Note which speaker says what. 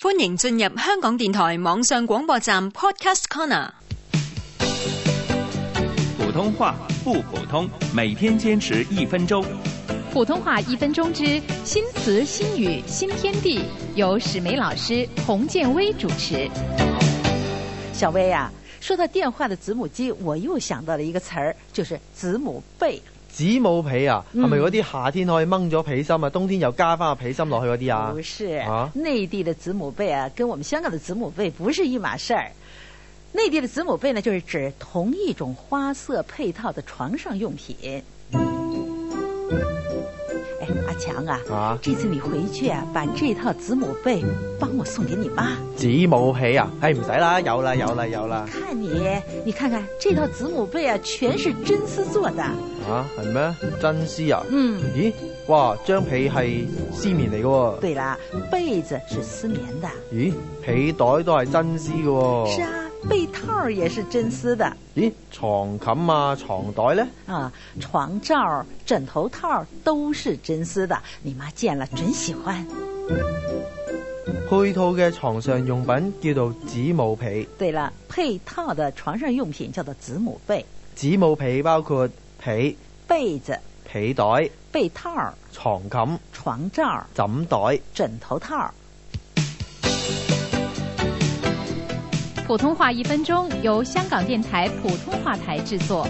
Speaker 1: 歡迎進入香港電台網上廣播站 Podcast Corner。
Speaker 2: 普通话不普通，每天坚持一分钟。
Speaker 3: 普通话一分钟之新词新语新天地，由史梅老师洪建威主持。
Speaker 4: 小薇呀、说到电话的子母机，我又想到了一个词儿，就是子母被。
Speaker 5: 子母被啊，
Speaker 4: 嗯
Speaker 5: 係咪嗰啲夏天可以掹咗被芯啊，冬天又加翻個被芯落去嗰啲啊
Speaker 4: 不？是、
Speaker 5: 啊
Speaker 4: 内地的子母被啊，跟我们香港的子母被不是一码事儿。内地的子母被呢，就是指同一种花色配套的床上用品。哎，阿强啊，
Speaker 5: 啊
Speaker 4: 这次你回去啊，把这套子母被帮我送给你妈。
Speaker 5: 子母被啊，唉唔使啦，有啦有啦有啦，
Speaker 4: 看你，你看看这套子母被啊，全是真丝做的。
Speaker 5: 啊係咩？真絲啊？
Speaker 4: 嗯，
Speaker 5: 咦，哇，張被係絲棉嚟嘅喎，
Speaker 4: 对啦，被子是丝棉的。
Speaker 5: 咦，被袋都係真絲嘅
Speaker 4: 是
Speaker 5: 喎，
Speaker 4: 啊，被套儿也是真丝的
Speaker 5: 咦，床冚啊床袋咧？
Speaker 4: 啊，床罩儿、枕头套儿都是真丝的。你妈见了准喜欢。
Speaker 5: 配套嘅床上用品叫做子母被，
Speaker 4: 对了，配套的床上用品叫做子母被、
Speaker 5: 子母被包括被、
Speaker 4: 被子、
Speaker 5: 被袋、
Speaker 4: 被套儿、
Speaker 5: 床冚、
Speaker 4: 床罩儿、
Speaker 5: 枕袋。
Speaker 4: 枕头套儿。
Speaker 3: 普通话一分钟由香港电台普通话台制作。